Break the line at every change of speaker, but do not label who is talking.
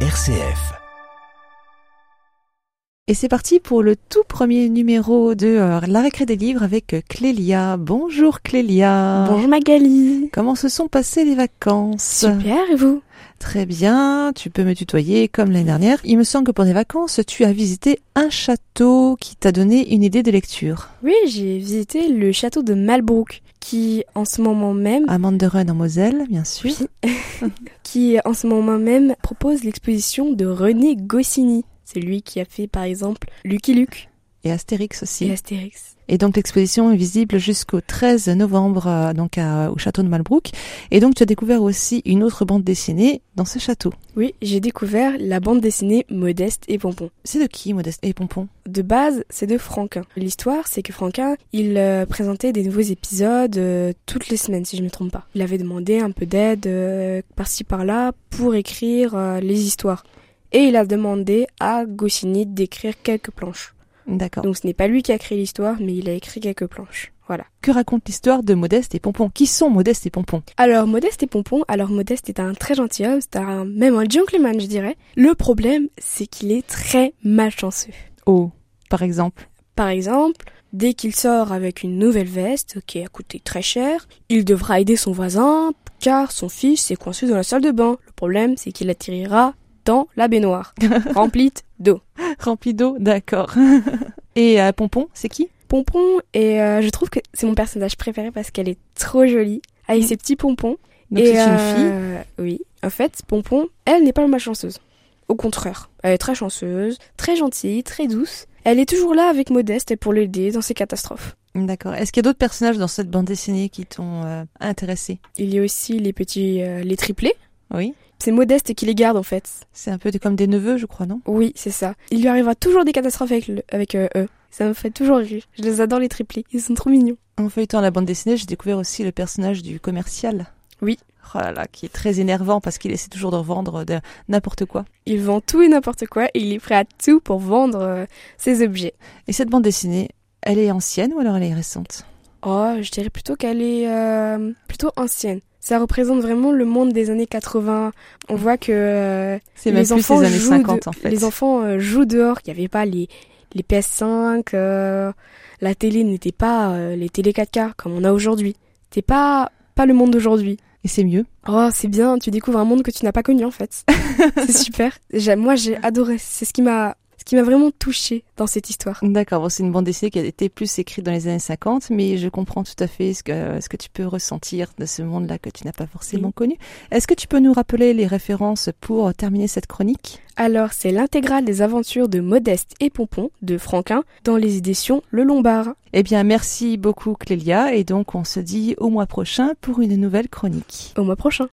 RCF.
Et c'est parti pour le tout premier numéro de euh, La récré des livres avec euh, Clélia. Bonjour Clélia.
Bonjour Magali.
Comment se sont passées les vacances
Super, et vous
Très bien, tu peux me tutoyer comme l'année dernière. Il me semble que pour les vacances, tu as visité un château qui t'a donné une idée de lecture.
Oui, j'ai visité le château de Malbrook, qui en ce moment même,
À Manderun en Moselle, bien sûr.
Ah. qui en ce moment même propose l'exposition de René Goscinny. C'est lui qui a fait par exemple Lucky Luke
Et Astérix aussi.
et Astérix.
Et donc l'exposition est visible jusqu'au 13 novembre, euh, donc à- au château de Malbrook. Et donc tu as découvert aussi une autre bande dessinée dans ce château.
Oui, j'ai découvert la bande dessinée Modeste et Pompon.
C'est de qui, Modeste et Pompon
De base, c'est de Franquin. L'histoire, c'est que Franquin, il euh, présentait des nouveaux épisodes euh, toutes les semaines, si je ne me trompe pas. Il avait demandé un peu d'aide euh, par-ci par-là pour écrire euh, les histoires. Et il a demandé à Goscinny d'écrire quelques planches.
D'accord.
Donc ce n'est pas lui qui a créé l'histoire, mais il a écrit quelques planches. Voilà.
Que raconte l'histoire de Modeste et Pompon Qui sont Modeste et Pompon
Alors Modeste et Pompon, alors Modeste est un très gentilhomme, c'est un, même un gentleman je dirais. Le problème, c'est qu'il est très malchanceux.
Oh, par exemple.
Par exemple, dès qu'il sort avec une nouvelle veste qui a coûté très cher, il devra aider son voisin car son fils est coincé dans la salle de bain. Le problème, c'est qu'il atterrira dans la baignoire, remplie d'eau.
Rempli d'eau, d'accord. et euh, Pompon, c'est qui
Pompon, et euh, je trouve que c'est mon personnage préféré parce qu'elle est trop jolie, avec ses petits pompons.
Donc
Et,
c'est une fille.
euh, Oui. En fait, Pompon, elle n'est pas malchanceuse. Au contraire, elle est très chanceuse, très gentille, très douce. Elle est toujours là avec Modeste pour l'aider dans ses catastrophes.
D'accord. Est-ce qu'il y a d'autres personnages dans cette bande dessinée qui t'ont euh, intéressé
Il y a aussi les petits, euh, les triplés.
Oui.
C'est Modeste qui les garde en fait.
C'est un peu des- comme des neveux, je crois, non
Oui, c'est ça. Il lui arrivera toujours des catastrophes avec, le- avec euh, eux. Ça me fait toujours rire. Je les adore les triplés. Ils sont trop mignons.
En feuilletant la bande dessinée, j'ai découvert aussi le personnage du commercial.
Oui.
Oh là là, qui est très énervant parce qu'il essaie toujours de vendre de- n'importe quoi.
Il vend tout et n'importe quoi et il est prêt à tout pour vendre euh, ses objets.
Et cette bande dessinée, elle est ancienne ou alors elle est récente
Oh, je dirais plutôt qu'elle est euh, plutôt ancienne. Ça représente vraiment le monde des années 80. On voit que euh,
C'est même
les
plus
enfants
les années
jouent de-
50 en fait.
Les enfants euh, jouent dehors. Il n'y avait pas les, les PS5. euh, la télé n'était pas euh, les télé 4K comme on a aujourd'hui. C'était pas, pas le monde d'aujourd'hui.
Et c'est mieux.
Oh, c'est bien, tu découvres un monde que tu n'as pas connu en fait. c'est super. J'ai- Moi, j'ai adoré. C'est ce qui m'a ce qui m'a vraiment touchée dans cette histoire.
D'accord, bon, c'est une bande dessinée qui a été plus écrite dans les années 50, mais je comprends tout à fait ce que, ce que tu peux ressentir de ce monde-là que tu n'as pas forcément
Oui.
connu. Est-ce que tu peux nous rappeler les références pour terminer cette chronique
Alors, c'est l'intégrale des aventures de Modeste et Pompon de Franquin dans les éditions Le Lombard.
Eh bien, merci beaucoup Clélia, et donc on se dit au mois prochain pour une nouvelle chronique.
Au mois prochain.